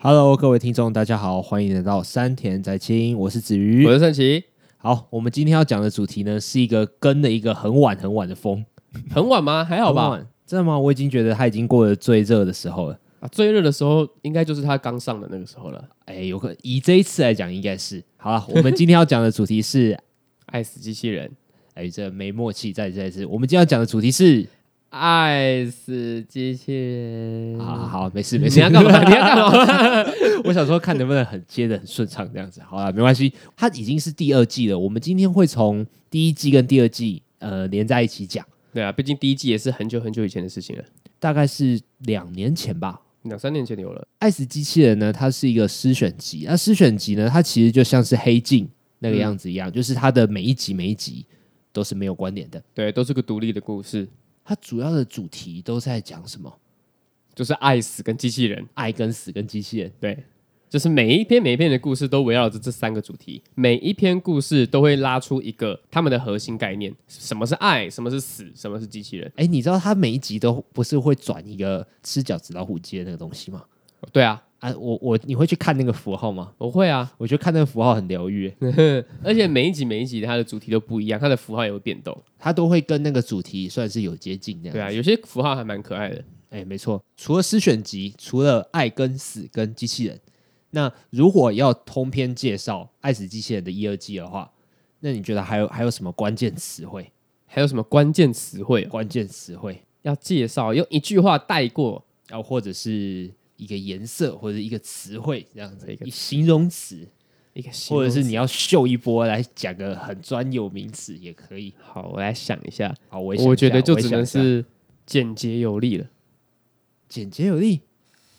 Hello，各位听众，大家好，欢迎来到山田宅青，我是子瑜我。是盛奇，好，我们今天要讲的主题呢，是一个跟了一个很晚很晚的风，很晚吗？还好很吧。晚？真的吗？我已经觉得它已经过了最热的时候了。啊，最热的时候应该就是他刚上的那个时候了。哎，有个以这一次来讲，应该是好了。我们今天要讲的主题 是，爱死机器人，哎，这没默契，再再一次。我们今天要讲的主题是，爱死机器人。好好好，没事没啊你事。要干嘛？你 要干嘛？我想说，看能不能很接的很顺畅这样子。好啦，没关系，它已经是第二季了。我们今天会从第一季跟第二季呃连在一起讲，对啊，毕竟第一季也是很久很久以前的事情了，大概是两年前吧。两三年前有了。爱死机器人呢，它是一个诗选集。那诗选集呢，它其实就像是黑镜那个样子一样，就是它的每一集每一集都是没有观点的。对，都是个独立的故事，它主要的主题都在讲什么？就是爱死跟机器人。爱跟死跟机器人。对，就是每一篇每一篇的故事都围绕着这三个主题，每一篇故事都会拉出一个他们的核心概念：什么是爱，什么是死，什么是机器人。哎，你知道它每一集都不是会转一个吃饺子老虎机的那个东西吗？对啊，啊，我我你会去看那个符号吗？我会啊，我觉得看那个符号很疗愈，而且每一集每一集它的主题都不一样，它的符号也会变动。它都会跟那个主题算是有接近这样。对啊，有些符号还蛮可爱的。哎，没错。除了诗选集，除了爱跟死跟机器人，那如果要通篇介绍《爱死机器人》的一二季的话，那你觉得还有还有什么关键词汇？还有什么关键词汇哦关键词汇，要介绍？用一句话带过，然后或者是一个颜色或者一个词汇这样子，一个一形容词，一个形或容者词是你要秀一波来讲个很专有名词也可以。好，我来想一下。好，我也想我一觉下得就也只想能一下是简洁有力了。简洁有力，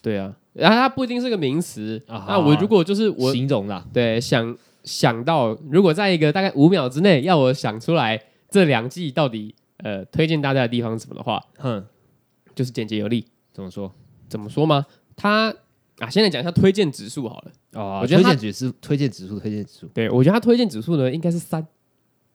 对啊，然后它不一定是个名词。啊那我如果就是我形容啦。对想想到，如果在一个大概五秒之内要我想出来这两季到底呃推荐大家的地方是什么的话，哼，就是简洁有力。怎么说？怎么说吗？它啊，先来讲一下推荐指数好了。哦我觉推得它荐指数，推荐指数，推荐指数。对，我觉得它推荐指数呢应该是三，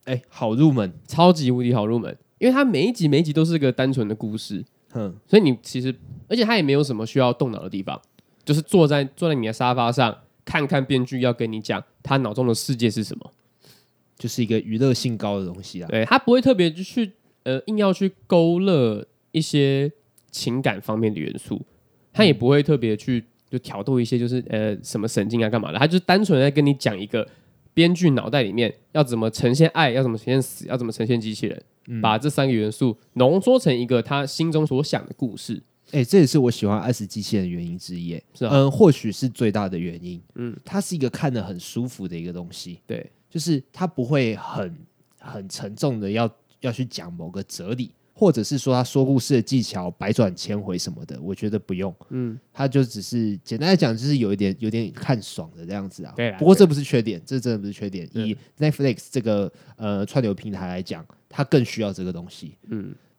哎，好入门。超级无敌好入门，因为它每一集每一集都是个单纯的故事，哼，所以你其实而且它也没有什么需要动脑的地方，就是坐在坐在你的沙发上看看编剧要跟你讲他脑中的世界是什么，就是一个娱乐性高的东西啊啦。对他不会特别去呃硬要去勾勒一些情感方面的元素，他也嗯不会特别去就挑逗一些就是呃什么神经啊干嘛的，他就是单纯地在跟你讲一个编剧脑袋里面要怎么呈现爱，要怎么呈现死，要怎么呈现机器人，嗯把这三个元素浓缩成一个他心中所想的故事。哎，这也是我喜欢《爱死机器人》的原因之一耶。是啊嗯，或许是最大的原因。嗯，它是一个看得很舒服的一个东西，对就是它不会很很沉重的要要去讲某个哲理，或者是说他说故事的技巧百转千回什么的，我觉得不用。嗯，他就只是简单来讲，就是有一点有点看爽的这样子啊。对啦不过对这不是缺点，这真的不是缺点。以 Netflix 这个呃串流平台来讲，它更需要这个东西。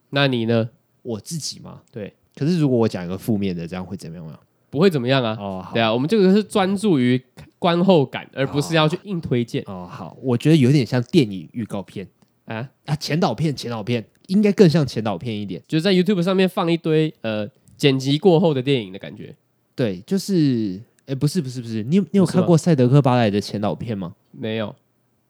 那你呢？我自己嘛，对，可是如果我讲一个负面的，这样会怎么样啊？不会怎么样啊？哦，好对啊，我们这个是专注于观后感，而不是要去硬推荐哦，好，我觉得有点像电影预告片啊。啊，前导片，前导片应该更像前导片一点。就是在 YouTube 上面放一堆呃剪辑过后的电影的感觉。对，就是，哎，不是，不是，不是，你有你有不是吗看过赛德克巴莱的前导片吗？没有，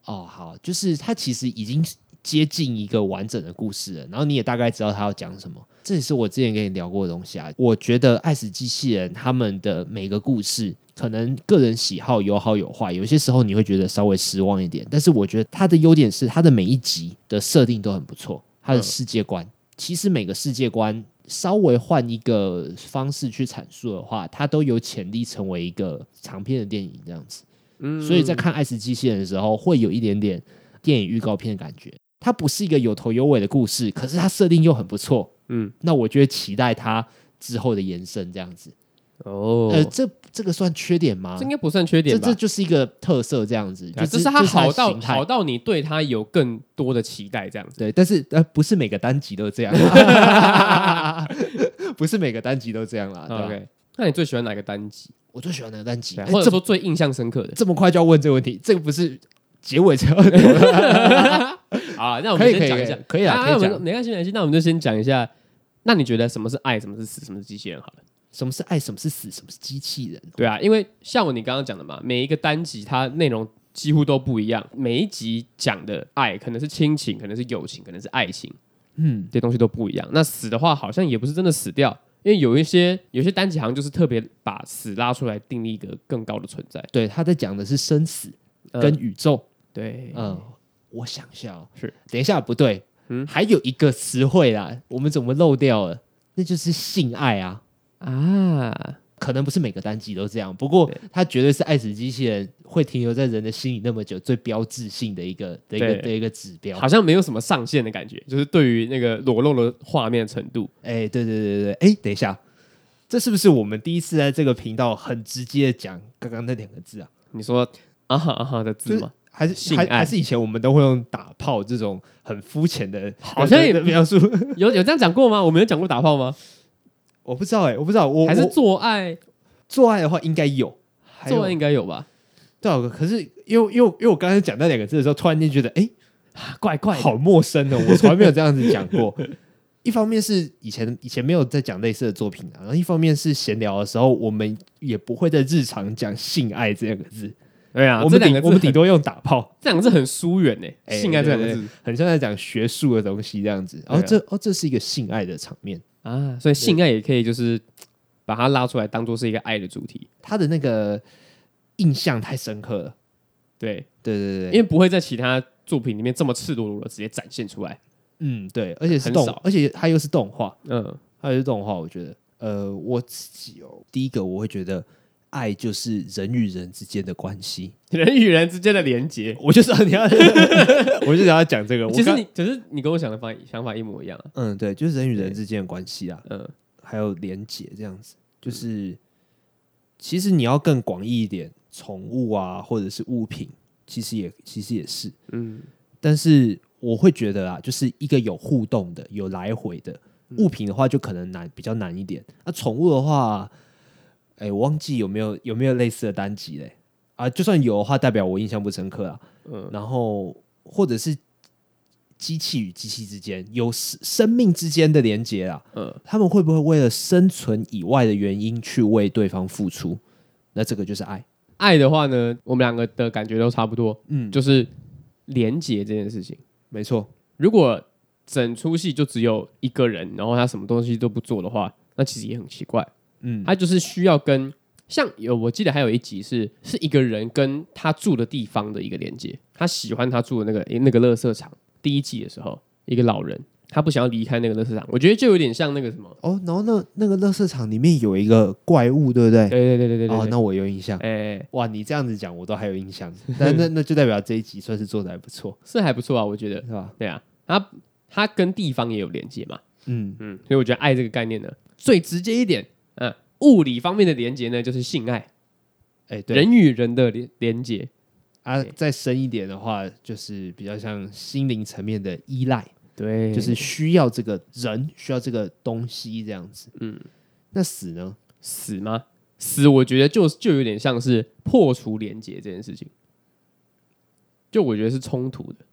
哦，好，就是它其实已经接近一个完整的故事了，然后你也大概知道它要讲什么。这也是我之前跟你聊过的东西啊。我觉得《爱死机器人》他们的每个故事，可能个人喜好有好有坏，有些时候你会觉得稍微失望一点，但是我觉得它的优点是它的每一集的设定都很不错，它的嗯世界观，其实每个世界观。稍微换一个方式去阐述的话，它都有潜力成为一个长篇的电影这样子。嗯所以在看《爱死机器人》的时候，会有一点点电影预告片的感觉。它不是一个有头有尾的故事，可是它设定又很不错。嗯，那我就会期待它之后的延伸，这样子。哦，呃，这这个算缺点吗这？应该不算缺点这吧这？就是一个特色，这样子。啊就只是它好到形态好到你对它有更多的期待，这样子。对，但是呃，不是每个单集都这样， 不是每个单集都这样啦。对吧 OK，那你啊最喜欢哪个单集？我最喜欢哪个单集？哎啊或者这说最印象深刻的？这么快就要问这个问题，这个不是结尾才要 啊，那我可们以可先以讲一可以可下，以啊啊可以那我们讲没关系，没关系。那我们就先讲一下，那你觉得什么是爱，什么是死，什么是机器人？好了，什么是爱，什么是死，什么是机器人。对啊，因为像我你刚刚讲的嘛，每一个单集它内容几乎都不一样，每一集讲的爱可能是亲情，可能是友情，可能是爱情，嗯，这些东西都不一样。那死的话，好像也不是真的死掉，因为有一些有些单集好像就是特别把死拉出来定义一个更高的存在。对，他在讲的是生死呃跟宇宙。对，嗯，我想一下、哦，是，等一下不对，嗯还有一个词汇啦，我们怎么漏掉了？那就是性爱啊。啊，可能不是每个单集都这样，不过对它绝对是爱死机器人会停留在人的心里那么久最标志性的一个的一个对的一个指标。好像没有什么上限的感觉，就是对于那个裸露的画面程度，哎，对对对对，哎，等一下，这是不是我们第一次在这个频道很直接的讲刚刚那两个字啊？你说啊哈啊哈的字就吗是？还是性还爱还是以前我们都会用打炮这种很肤浅的，好像也的的描述， 有有这样讲过吗？我们有讲过打炮吗？我不知道哎，我不知道，我还是我做爱？做爱的话应该有，还有做爱应该有吧？对啊，可是因为因为因为我刚才讲那两个字的时候，突然间觉得哎。怪怪的，好陌生哦，我从来没有这样子讲过。 一方面是以前以前没有在讲类似的作品啊，然后一方面是闲聊的时候，我们也不会在日常讲性爱这两个字，对啊，我这们两顶个字我们很顶多用打炮，这两个字很疏远呢、哎性爱这两对个对字很像在讲学术的东西这样子。对啊哦，这哦这是一个性爱的场面，啊，所以性爱也可以就是把它拉出来当做是一个爱的主题，他的那个印象太深刻了。对，对对因对，为不会在其他作品里面这么赤裸裸的直接展现出来。嗯对，而且是很动少，而且它又是动画，嗯，它是动画，我觉得，呃，我自己哦，第一个我会觉得，爱就是人与人之间的关系。 人与人之间的连接，我就知道你要， 我就想要讲这个。我其实刚你只是你跟我想的方想法一模一样啊。嗯，对，就是人与人之间的关系啊，嗯，还有连结这样子，就是其实你要更广义一点，宠物啊，或者是物品，其实也其实也是，嗯，但是我会觉得啊，就是一个有互动的、有来回的物品的话，就可能难比较难一点。那、宠物的话，哎、我忘记有没有有没有类似的单集嘞？啊，就算有的话，代表我印象不深刻啦。嗯然后或者是机器与机器之间有生生命之间的连啊接啦，嗯，他们会不会为了生存以外的原因去为对方付出？那这个就是爱。爱的话呢，我们两个的感觉都差不多，嗯，就是连接这件事情。没错。如果整出戏就只有一个人，然后他什么东西都不做的话，那其实也很奇怪。嗯，他就是需要跟像有我记得还有一集是是一个人跟他住的地方的一个连接，他喜欢他住的那个诶那个乐色场。第一集的时候，一个老人他不想要离开那个乐色场，我觉得就有点像那个什么，哦，然后那那个乐色场里面有一个怪物，对不对？对对对对对哦，对，那我有印象。哎、哇，你这样子讲我都还有印象，但那那就代表这一集算是做的还不错，是还不错啊，我觉得，是吧？对啊，他他跟地方也有连接嘛，嗯，嗯，所以我觉得爱这个概念呢，最直接一点，嗯、物理方面的连接呢就是性爱，哎、对人与人的连连接，啊，再深一点的话，就是比较像心灵层面的依赖，对就是需要这个人，需要这个东西这样子。嗯，那死呢？死吗？死，我觉得就就有点像是破除连结这件事情，就我觉得是冲突的。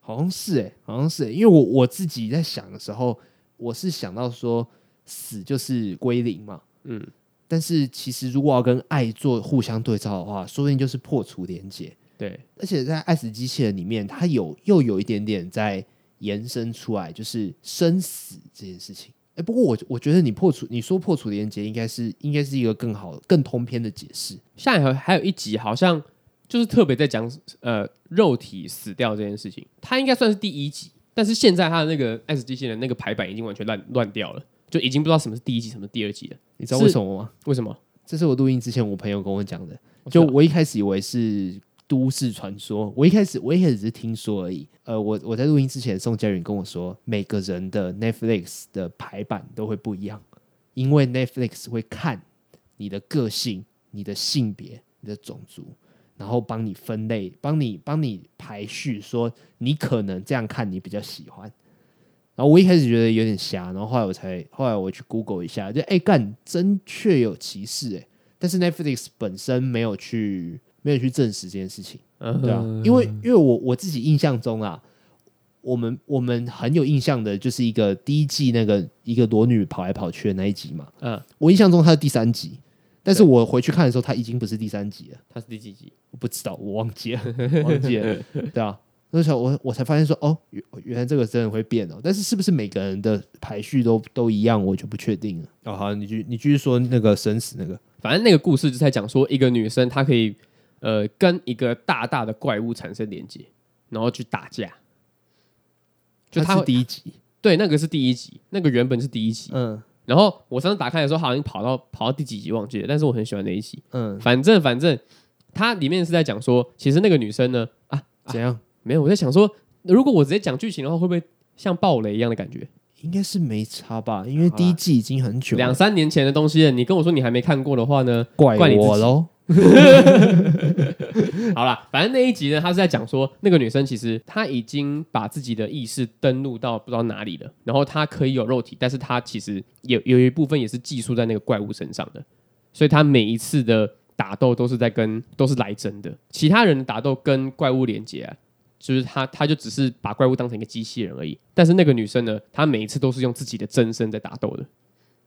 好像是哎、好像是、欸，因为我我自己在想的时候，我是想到说死就是归零嘛，嗯，但是其实如果要跟爱做互相对照的话，说不定就是破除连接。对，而且在《爱死机器人》里面，它有又有一点点在延伸出来，就是生死这件事情。哎、不过我我觉得你破除你说破除连接，应该是应该是一个更好、更通篇的解释。下一回还有一集好像就是特别在讲呃肉体死掉这件事情，它应该算是第一集，但是现在它的那个 S 机器人那个排版已经完全乱乱掉了，就已经不知道什么是第一集，什么是第二集了。你知道是为什么吗？为什么？这是我录音之前我朋友跟我讲的。我就知道我一开始以为是都市传说，我一开始我一开始只是听说而已。呃，我我在录音之前，宋佳云跟我说，每个人的 Netflix 的排版都会不一样，因为 Netflix 会看你的个性、你的性别、你的种族，然后帮你分类，帮你帮你排序，说你可能这样看你比较喜欢。然后我一开始觉得有点瞎，然后后来我才后来我去 Google 一下，就哎干，真确有其事哎、但是 Netflix 本身没有去没有去证实这件事情，嗯对啊，因为因为我我自己印象中啊，我们我们很有印象的，就是一个第一季那个一个裸女跑来跑去的那一集嘛。嗯，我印象中它是第三集，但是对我回去看的时候，它已经不是第三集了，它是第几集？我不知道，我忘 记了，忘记了，对啊。那时候我我才发现说，哦，原原来这个真的会变哦。但是是不是每个人的排序都都一样，我就不确定了。哦，好，你继你继续说那个生死那个，反正那个故事就在讲说，一个女生她可以呃跟一个大大的怪物产生连接，然后去打架。就它她是会第一集，对那个是第一集，那个原本是第一集。嗯然后我上次打开的时候，好像跑到跑到第几集忘记了，但是我很喜欢那一集。嗯，反正反正，它里面是在讲说，其实那个女生呢，怎样？没有我在想说，如果我直接讲剧情的话，会不会像暴雷一样的感觉？应该是没差吧，因为第一季已经很久了两三年前的东西了，你跟我说你还没看过的话呢？怪怪你自我己喽。 好啦，反正那一集呢，他是在讲说，那个女生其实她已经把自己的意识登录到不知道哪里了，然后她可以有肉体，但是她其实有有一部分也是寄宿在那个怪物身上的，所以她每一次的打斗都是在跟都是来真的，其他人的打斗跟怪物连接、啊。就是她她就只是把怪物当成一个机器人而已。但是那个女生呢，她每一次都是用自己的真身在打斗的。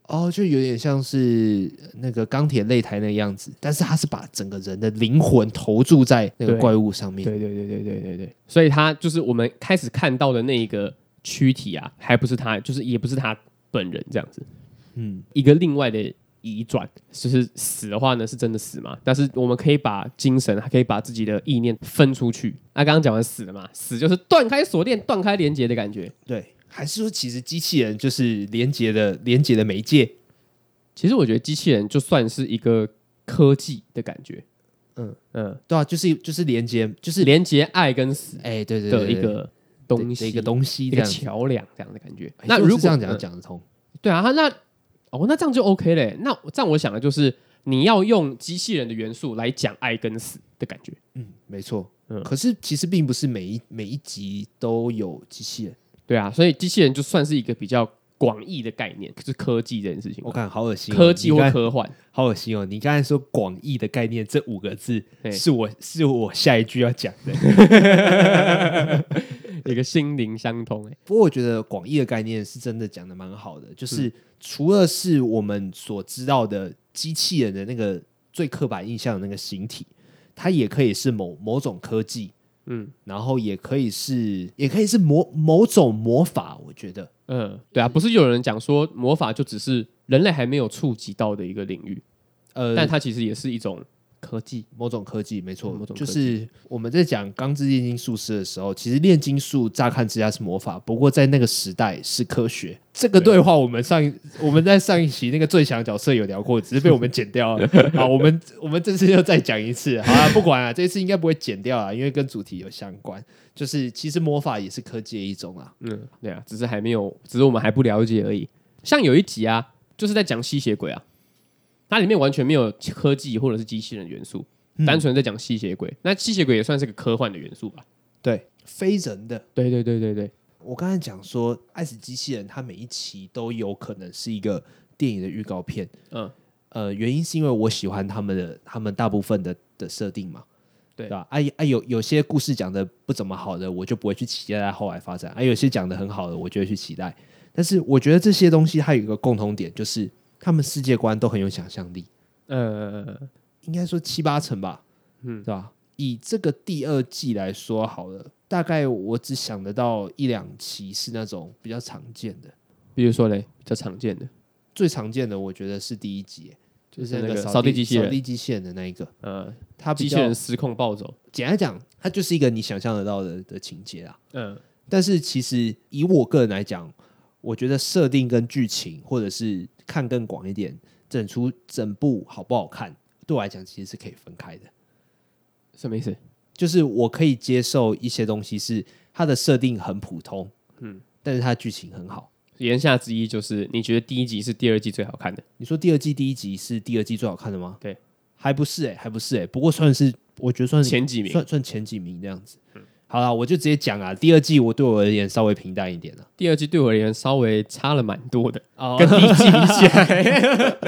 哦，就有点像是那个钢铁擂台那样子，但是他是把整个人的灵魂投注在那个对怪物上面。对对对对对对对，所以他就是我们开始看到的那一个躯体啊，还不是他，就是也不是他本人这样子，嗯，一个另外的移转，就是死的话呢是真的死嘛，但是我们可以把精神，还可以把自己的意念分出去。啊，刚刚讲完死了嘛，死就是断开锁链、断开连接的感觉。对，还是说其实机器人就是连接的连接的媒介？其实我觉得机器人就算是一个科技的感觉，嗯嗯嗯，对啊，就是就是连接，就是是连接爱跟死哎，对对对的一个东西，一个东西一这个样子。桥梁这样的感觉。哎那是如果这样讲嗯讲得通，对啊，那哦，那这样就 OK 嘞。那这样我想的就是，你要用机器人的元素来讲爱跟死的感觉。嗯，没错。嗯可是其实并不是每一每一集都有机器人。对啊，所以机器人就算是一个比较广义的概念，就是科技这件事情我。看好恶心哦，科技你或看科幻，好恶心哦！你刚才说“广义的概念”这五个字，对是我是我下一句要讲 的。一个心灵相通、欸。不过我觉得广义的概念是真的讲的蛮好嗯的，就是除了是我们所知道的机器人的那个最刻板印象的那个形体，它也可以是某某种科技，嗯然后也可以是也可以是某某种魔法。我觉得嗯，对啊，不是有人讲说魔法就只是人类还没有触及到的一个领域，呃，但它其实也是一种科技。某种科技，没错，嗯某种就科是我们在讲《钢之炼金术师》的时候，其实炼金术乍看之下是魔法，不过在那个时代是科学。这个对对话我们上一我们在上一期那个最强角色有聊过，只是被我们剪掉 了。好，我们我们这次又再讲一次，好啊，不管了，这次应该不会剪掉啊了，因为跟主题有相关。就是其实魔法也是科技的一种啊，嗯，对啊，只是还没有，只是我们还不了解而已。像有一集啊，就是在讲吸血鬼啊，它里面完全没有科技或者是机器人元素，单纯在讲吸血鬼。那吸血鬼也算是个科幻的元素吧？对，非人的。对对对对对，我刚才讲说，《爱死机器人》它每一期都有可能是一个电影的预告片。嗯，呃，原因是因为我喜欢他们的他们大部分的的设定嘛，对吧？啊啊，有有些故事讲的不怎么好的，我就不会去期待它后来发展；啊，有些讲的很好的，我就会去期待。但是我觉得这些东西它有一个共同点，就是他们世界观都很有想象力，呃，应该说七八成吧，嗯，对吧？以这个第二季来说好了，大概我只想得到一两期是那种比较常见的，比如说嘞，比较常见的，最常见的我觉得是第一集，就就是是那那个个扫地机器扫人，地机器人的那一个，呃，它比机器较人失控暴走，简单讲，它就是一个你想象得到的的情节啊。嗯，但是其实以我个人来讲，我觉得设定跟剧情，或者是看更广一点，整出整部好不好看，对我来讲其实是可以分开的。什么意思？就是我可以接受一些东西是它的设定很普通，嗯，但是它的剧情很好。言下之意就是，你觉得第一集是第二季最好看的？你说第二季第一集是第二季最好看的吗？对，还不是哎、还不是哎、不过算是我觉得算是前几名嗯算算前几名这样子。好啦，我就直接讲啊，第二季我对我而言稍微平淡一点了。第二季对我而言稍微差了蛮多的，哦跟第一季比起来。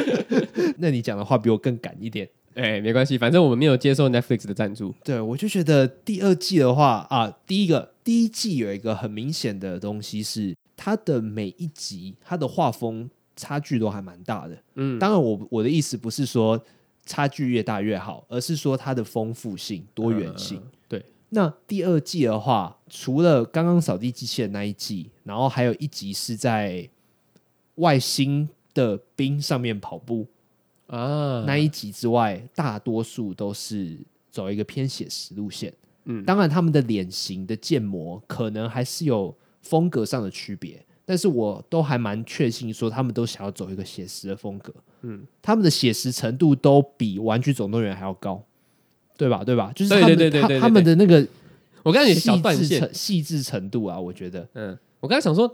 那你讲的话比我更赶一点。哎、没关系，反正我们没有接受 Netflix 的赞助。对，我就觉得第二季的话啊，第一个第一季有一个很明显的东西是，它的每一集它的画风差距都还蛮大的。嗯，当然我，我的意思不是说差距越大越好，而是说它的丰富性、多元性。嗯对，那第二季的话，除了刚刚扫地机器人那一季，然后还有一集是在外星的冰上面跑步啊，那一集之外，大多数都是走一个偏写实路线。嗯当然，他们的脸型的建模可能还是有风格上的区别，但是我都还蛮确信说他们都想要走一个写实的风格。嗯，他们的写实程度都比《玩具总动员》还要高，对吧？对吧？就是他对们对对对对他他们的那个我刚才也小细断致线，程细致程度啊，我觉得嗯，我刚才想说，《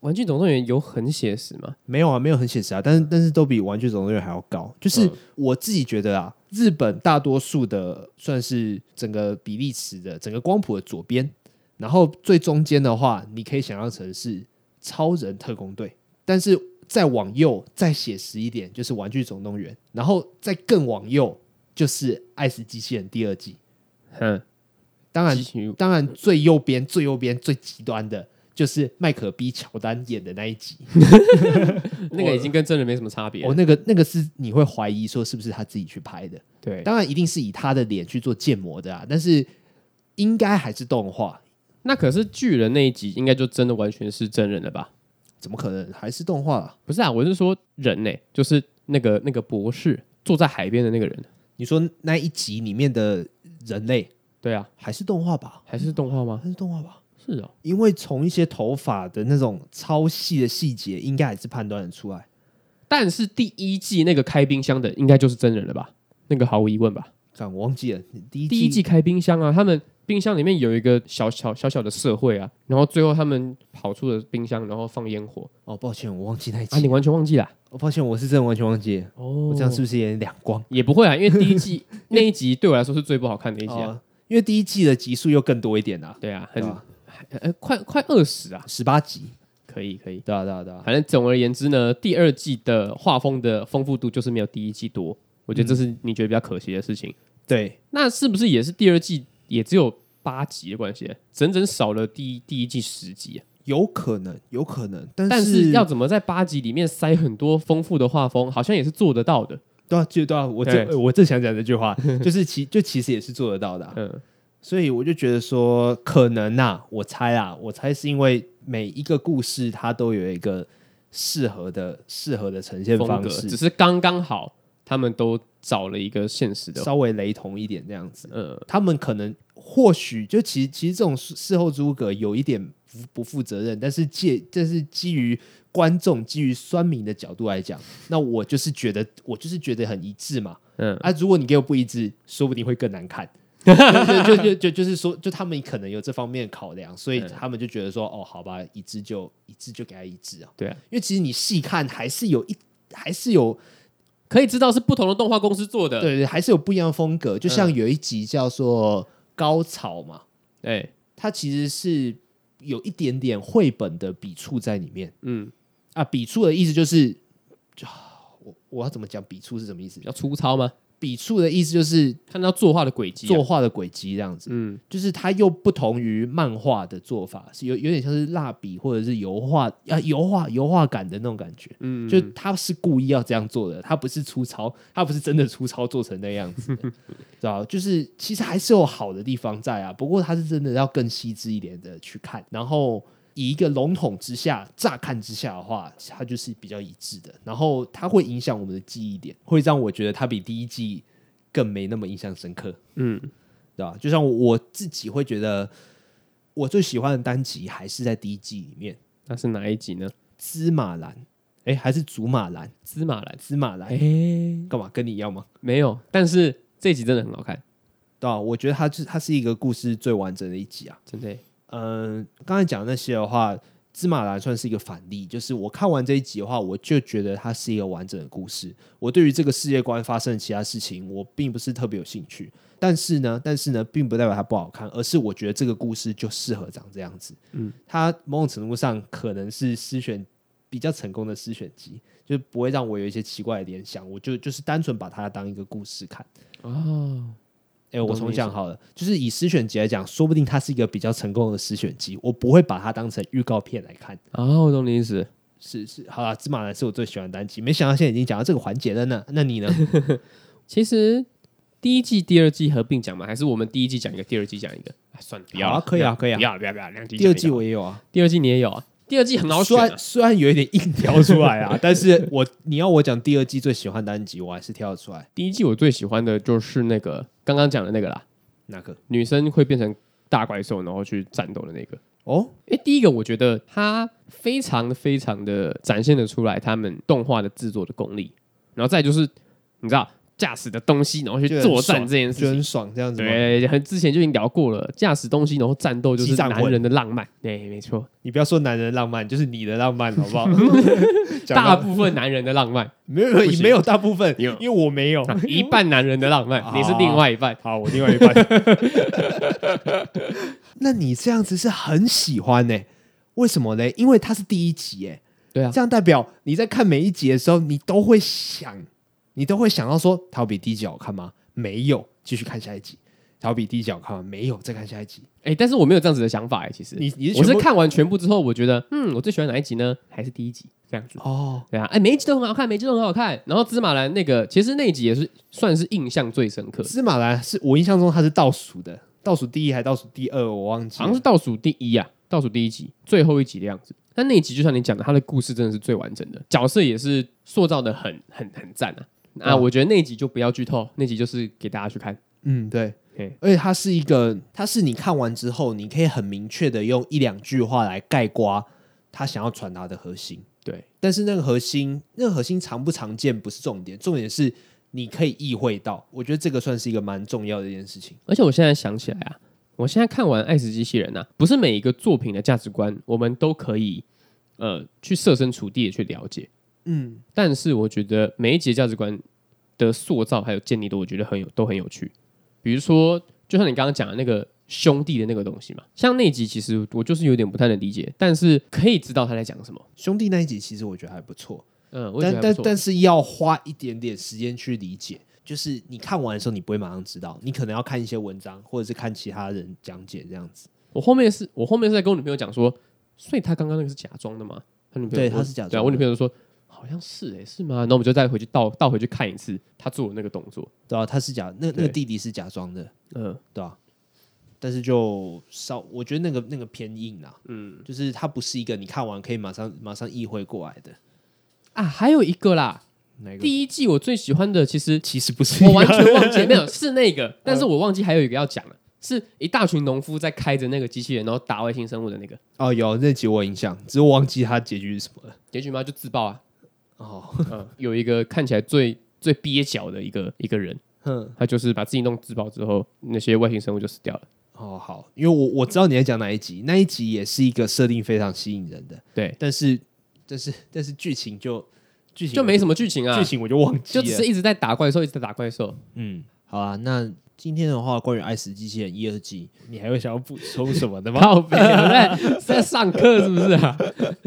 玩具总动员》有很写实吗？没有啊，没有很写实啊，但是但是都比《玩具总动员》还要高。就是嗯我自己觉得啊，日本大多数的算是整个比例尺的整个光谱的左边，然后最中间的话，你可以想象成是超人特工队，但是再往右再写实一点就是《玩具总动员》，然后再更往右就是《爱死机器人》第二季。嗯，当然机，器当然最右边最右边最极端的就是麦可逼乔丹演的那一集。那个已经跟真人没什么差别哦，了。那个那个是你会怀疑说是不是他自己去拍的？对，当然一定是以他的脸去做建模的啊，但是应该还是动画，那可是巨人那一集应该就真的完全是真人了吧？怎么可能还是动画、啊？不是啊，我是说人呢、就是那个那个博士坐在海边的那个人。你说那一集里面的人类对啊，还是动画吧？还是动画吗？还是动画吧？是哦，因为从一些头发的那种超细的细节，应该还是判断得出来。但是第一季那个开冰箱的应该就是真人了吧？那个毫无疑问吧。看，我忘记了第一第一季开冰箱啊，他们冰箱里面有一个小小小小的社会啊，然后最后他们跑出了冰箱，然后放烟火哦，抱歉，我忘记那一啊，你集。完全忘记了啊、哦，抱歉，我是真的完全忘记了。哦我这样是不是有点两光？也不会啊，因为第一季那一集对我来说是最不好看的一集啊。哦，因为第一季的集数又更多一点啊，对啊，对很吧？呃快快二十啊，十八集，可以可以。对啊，对啊，对啊。反正总而言之呢，第二季的画风的丰富度就是没有第一季多，我觉得这是你觉得比较可惜的事情。对，那是不是也是第二季也只有八集的关系，整整少了第一第一季十集啊、有可能，有可能，但是但是要怎么在八集里面塞很多丰富的画风，好像也是做得到的。对啊，就对啊，我这对呃我正想讲这句话， 就是其就其实也是做得到的啊、嗯，所以我就觉得说，可能呐、我猜啊，我猜是因为每一个故事它都有一个适合的适合的呈现风方格只式，是刚刚好，他们都找了一个现实的，稍微雷同一点这样子。嗯，他们可能或许就其实其实这种事事后诸葛有一点不不负责任，但是借但是基于观众基于酸民的角度来讲，那我就是觉得我就是觉得很一致嘛。嗯啊，如果你给我不一致，说不定会更难 看。就就就就就是说，就他们可能有这方面的考量，所以嗯他们就觉得说，哦，好吧，一致就一致就给他一致啊。对啊，因为其实你细看还是有一还是有可以知道是不同的动画公司做的。，对对，还是有不一样的风格。就像嗯有一集叫做高潮嘛，哎、它其实是有一点点绘本的笔触在里面嗯，啊。笔触的意思就是，就我我要怎么讲？笔触是什么意思比？较粗糙吗？笔触的意思就是看到作画的轨迹、啊，作画的轨迹这样子，嗯就是它又不同于漫画的做法，是有有点像是蜡笔或者是油画啊油画油画感的那种感觉。嗯，就他是故意要这样做的，他不是粗糙，他不是真的粗糙做成那样 子的，知道吧？就是其实还是有好的地方在啊，不过他是真的要更细致一点的去看，然后以一个笼统之下、乍看之下的话，它就是比较一致的，然后它会影响我们的记忆点，会让我觉得它比第一季更没那么印象深刻，嗯，对吧？就像我我自己会觉得，我最喜欢的单集还是在第一季里面，那是哪一集呢？芝麻蓝，哎，还是竹马蓝。芝麻蓝，芝麻蓝哎、干嘛？跟你一样吗？没有，但是这集真的很好看，对啊，我觉得它是它是一个故事最完整的一集啊。真的。嗯，刚才讲的那些的话，芝麻蓝算是一个反例，就是我看完这一集的话，我就觉得它是一个完整的故事。我对于这个世界观发生的其他事情，我并不是特别有兴趣。但是呢，但是呢，并不代表它不好看，而是我觉得这个故事就适合长这样子。嗯，它某种程度上可能是诗选比较成功的诗选集，就不会让我有一些奇怪的联想。我就就是单纯把它当一个故事看。哦，哎，我懂重你意讲思好了，就是以诗选集来讲，说不定它是一个比较成功的诗选集，我不会把它当成预告片来看。啊，我懂你意思。是是，好了，芝麻蓝是我最喜欢的单集，没想到现在已经讲到这个环节了呢。那你呢？其实第一季、第二季合并讲嘛，还是我们第一季讲一个，第二季讲一个？哎，算了，不要好了，啊可以啊可以啊不要了，不要了不要了，两季第讲一二个季我也有啊，第二季你也有啊？第二季很好虽选啊、然虽然有一点硬挑出来 啊，但是我你要我讲第二季最喜欢单集，我还是挑得出来。第一季我最喜欢的就是那个刚刚讲的那个啦，哪个？女生会变成大怪兽，然后去战斗的那个。哦，因为第一个，我觉得它非常非常的展现的出来他们动画的制作的功力，然后再就是你知道驾驶的东西，然后去就很作战爽这件事就情很，爽这样子吗？对，很之前就已经聊过了，驾驶东西然后战斗就是激战男魂人的浪漫，对，没错，你不要说男人浪漫，就是你的浪漫，好 不好？讲大到部分男人的浪 漫，没有没有行没有大部分，有啊因为我没有。一半男人的浪漫啊，你是另外一半，好，我另外一半。 那你这样子是很喜欢呢、为什么呢？因为它是第一集哎、对啊，这样代表你在看每一集的时候，你都会想，你都会想到说，它有比第一集好看吗？没有，继续看下一集。它有比第一集好看吗？没有，再看下一集。哎，但是我没有这样子的想法哎，其实你你是我全是部看完全部之后，我觉得，嗯，我最喜欢哪一集呢？还是第一集这样子。哦，对啊，哎，每一集都很好看，每一集都很好看。然后芝麻蓝那个，其实那一集也是算是印象最深刻的，哦司马兰是我印象中他是倒数的，倒数第一还倒数第二，我忘记好像了是。倒数第一啊，倒数第一集最后一集的样子。但那一集就像你讲的，他的故事真的是最完整的，角色也是塑造的很很很赞啊。啊，嗯我觉得那一集就不要剧透，那集就是给大家去看。嗯，对嘿。而且它是一个，它是你看完之后，你可以很明确的用一两句话来概括他想要传达的核心。对，但是那个核心，那个核心常不常见不是重点，重点是你可以意会到。我觉得这个算是一个蛮重要的一件事情。而且我现在想起来啊，我现在看完《爱死机器人》呐、不是每一个作品的价值观我们都可以呃去设身处地的去了解，嗯，但是我觉得每一集的价值观的塑造还有建立的，我觉得很有都很有趣。比如说，就像你刚刚讲的那个兄弟的那个东西嘛，像那集其实我就是有点不太能理解，但是可以知道他在讲什么。兄弟那一集其实我觉得还不错，嗯，我也但觉得还但不错但是要花一点点时间去理解。就是你看完的时候，你不会马上知道，你可能要看一些文章，或者是看其他人讲解这样子。我后面是我后面是在跟我女朋友讲说，所以他刚刚那个是假装的嘛？他女朋友对说他是假装的对啊，我女朋友说好像是诶、是吗？然后我们就再回去倒倒回去看一次他做的那个动作。对啊，他是假，那那个对弟弟是假装的，嗯，对啊，但是就稍，我觉得那个那个偏硬啊，嗯，就是它不是一个你看完可以马上马上意会过来的。啊，还有一个啦，哪个？第一季我最喜欢的其实其实不是嗯我完全忘记，没有是那个，但是我忘记还有一个要讲了，是一大群农夫在开着那个机器人，然后打外星生物的那个哦，有那集我有印象，只是我忘记它结局是什么了。结局嘛，就 自爆啊。哦，嗯，有一个看起来最最蹩脚的一个一个人，哼，他就是把自己弄自爆之后，那些外星生物就死掉了。哦好，因为我我知道你在讲哪一集，那一集也是一个设定非常吸引人的，对，但是但是但是剧情就剧情就没什么剧情啊剧，情我就忘记就了，只是一直在打怪兽，一直在打怪兽。嗯，好啊，那。今天的话，关于《爱死机器人》一、二季，你还会想要补充什么的吗？靠北啊，在 在上课是不是啊？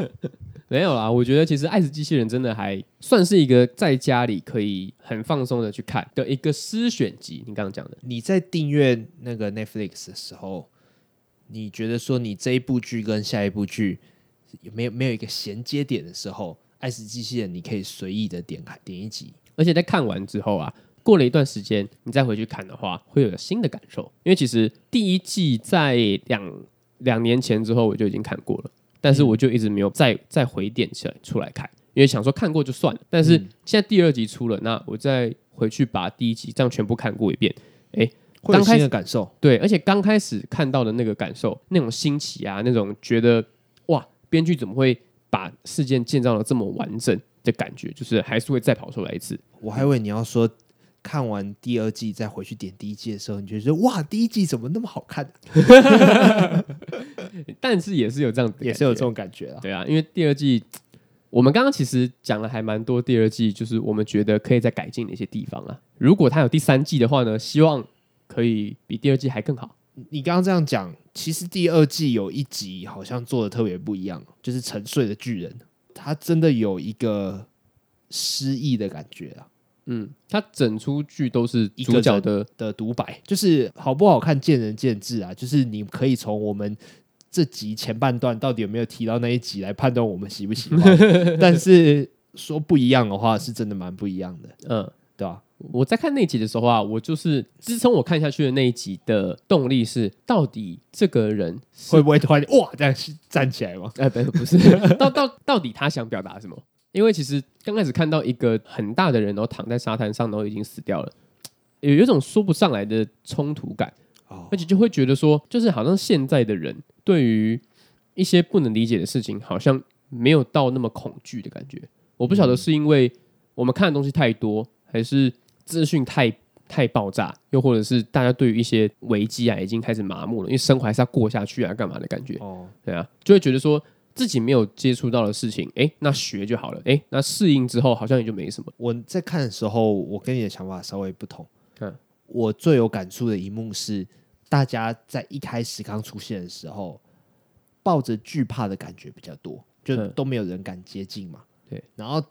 没有啦，我觉得其实《爱死机器人》真的还算是一个在家里可以很放松的去看的一个诗选集。你刚刚讲的。你在订阅那个 Netflix 的时候，你觉得说你这一部剧跟下一部剧有没有没有一个衔接点的时候，《爱死机器人》你可以随意的点开点一集。而且在看完之后啊，过了一段时间，你再回去看的话，会有新的感受。因为其实第一季在两两年前之后我就已经看过了，但是我就一直没有再再回点起来出来看，因为想说看过就算了。但是现在第二集出了，那我再回去把第一集这样全部看过一遍。会有刚开新始的感受，对，而且刚开始看到的那个感受，那种新奇啊，那种觉得哇，编剧怎么会把事件建造的这么完整的感觉，就是还是会再跑出来一次。我还以为你要说看完第二季再回去点第一季的时候，你就觉得哇，第一季怎么那么好看、啊 但是也是有这样子的感觉，种感觉啊。对啊，因为第二季我们刚刚其实讲了还蛮多，第二季就是我们觉得可以再改进的一些地方啊。如果它有第三季的话呢，希望可以比第二季还更好。你刚刚这样讲，其实第二季有一集好像做的特别不一样，就是沉睡的巨人，他真的有一个失忆的感觉啊。嗯，它整出剧都是一个主角人的的独白，就是好不好看见仁见智啊。就是你可以从我们这集前半段到底有没有提到那一集来判断我们喜不喜 欢。但是说不一样的话，是真的蛮不一样的，嗯。对吧、我在看那一集的时候啊，我就是支撑我看下去的那一集的动力是，到底这个人是会不会突然哇这样站起来吗？哎，不不是，到到到底他想表达什么？因为其实刚开始看到一个很大的人，然后躺在沙滩上，然后已经死掉了，有有一种说不上来的冲突感，哦而，且就会觉得说，就是好像现在的人对于一些不能理解的事情，好像没有到那么恐惧的感觉。我不晓得是因为我们看的东西太多，还是资讯太太爆炸，又或者是大家对于一些危机啊已经开始麻木了，因为生活还是要过下去啊，干嘛的感觉。哦，对啊，就会觉得说自己没有接触到的事情，哎，那学就好了，哎，那适应之后好像也就没什么。我在看的时候，我跟你的想法稍微不同。嗯我最有感触的一幕是，大家在一开始刚出现的时候，抱着惧怕的感觉比较多，就嗯都没有人敢接近嘛。对。然后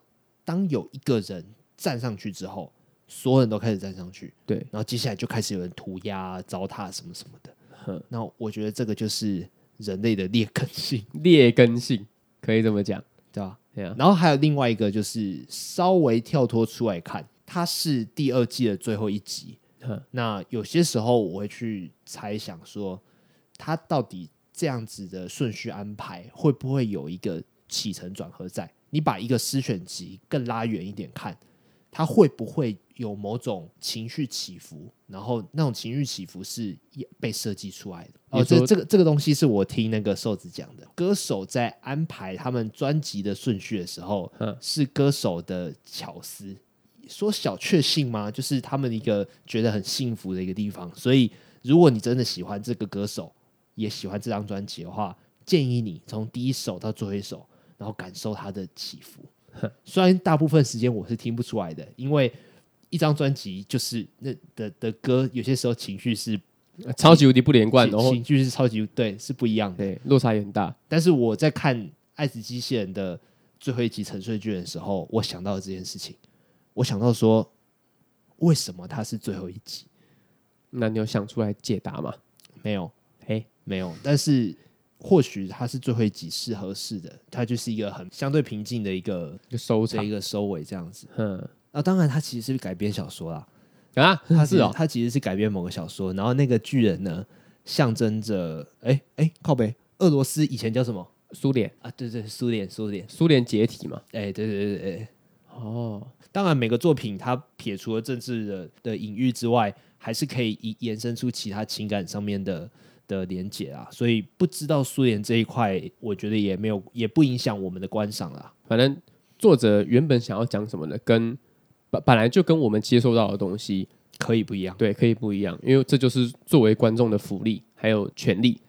当有一个人站上去之后，所有人都开始站上去，对，然后接下来就开始有人涂鸦、糟蹋什么什么的。嗯那我觉得这个就是人类的劣根性，劣根性可以这么讲，对吧？对啊，然后还有另外一个就是稍微跳脱出来看，它是第二季的最后一集。嗯那有些时候我会去猜想说，它到底这样子的顺序安排会不会有一个起承转合在？你把一个诗选集更拉远一点看，它会不会有某种情绪起伏？然后那种情绪起伏是也被设计出来的。你哦，这说这个这个东西是我听那个瘦子讲的，歌手在安排他们专辑的顺序的时候，嗯是歌手的巧思。说小确幸吗？就是他们一个觉得很幸福的一个地方。所以，如果你真的喜欢这个歌手，也喜欢这张专辑的话，建议你从第一首到最后一首，然后感受它的起伏。虽然大部分时间我是听不出来的，因为一张专辑就是那的的歌，有些时候情绪是超级无敌不连贯，然后情绪是超级对是不一样的。对落差也很大。但是我在看《爱死机器人》的最后一集《沉睡巨人》的时候，我想到了这件事情，我想到说，为什么它是最后一集？那你有想出来解答吗？没有，哎，没有，但是或许它是最后一集是合适的，它就是一个很相对平静的一个就收的场，一个收尾这样子。嗯啊，当然，它其实是改编小说啦， 啊，它是哦，它其实是改编某个小说，然后那个巨人呢，象征着，哎哎，靠北，俄罗斯以前叫什么苏联，啊？对对，苏联，苏联，苏联解体嘛，哎，对对对对。哦，当然，每个作品它撇除了政治的的隐喻之外，还是可以以延伸出其他情感上面的的连结啊。所以不知道苏联这一块，我觉得也没有也不影响我们的观赏啊啦。反正作者原本想要讲什么的，跟本本来就跟我们接受到的东西可以不一样，对，可以不一样，因为这就是作为观众的福利还有权利。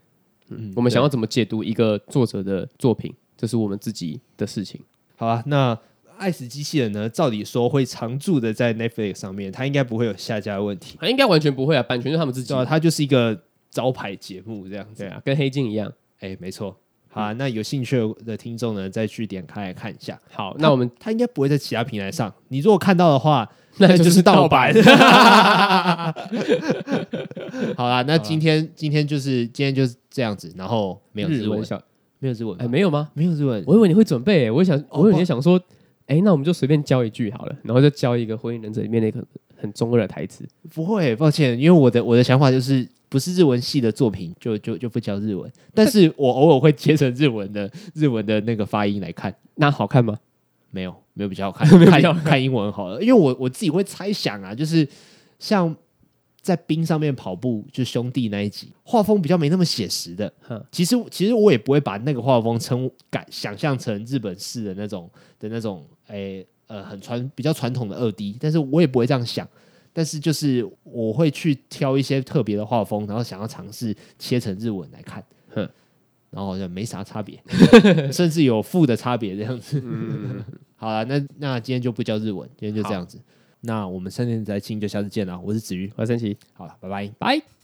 嗯，我们想要怎么解读一个作者的作品，这是我们自己的事情。好啊，那《爱死机器人》呢？照理说会常驻的在 Netflix 上面，它应该不会有下架的问题。啊，应该完全不会啊，版权是他们自己对啊，的。它就是一个招牌节目这样子对。啊，跟黑镜一样。哎、没错。好、啊，那有兴趣的听众呢，再去点开来看一下。好，那我们它应该不会在其他平台上。你如果看到的话， 那就就是是盗盗版版。 好啦，那今天今天就是今天就是这样子，然后没有日日文文，小，没有日文哎，，没有吗？没有日文，我以为你会准备、欸我想，哦我以不为你想说，哎，那我们就随便教一句好了，然后就教一个《火影忍者》里面那个很中二的台词。不会，抱歉，因为我的我的想法就是不是日文系的作品就就就不教日文，但是我偶尔会切成日文的日文的那个发音来看，那好看吗？没有 没有比较好看， 有看比较好看英文好了，因为我我自己会猜想啊，就是像在冰上面跑步，就兄弟那一集，画风比较没那么写实的哼。其实其实我也不会把那个画风称感想象成日本式的那种的那种，诶、呃，很传比较传统的二 D，但是我也不会这样想。但是就是我会去挑一些特别的画风，然后想要尝试切成日文来看，哼然后好像没啥差别， 甚至有负的差别这样子。好了，那那今天就不教日文，今天就这样子。那我们三年再庆就下次见了，我是子瑜，我要生气，好了，拜拜。拜。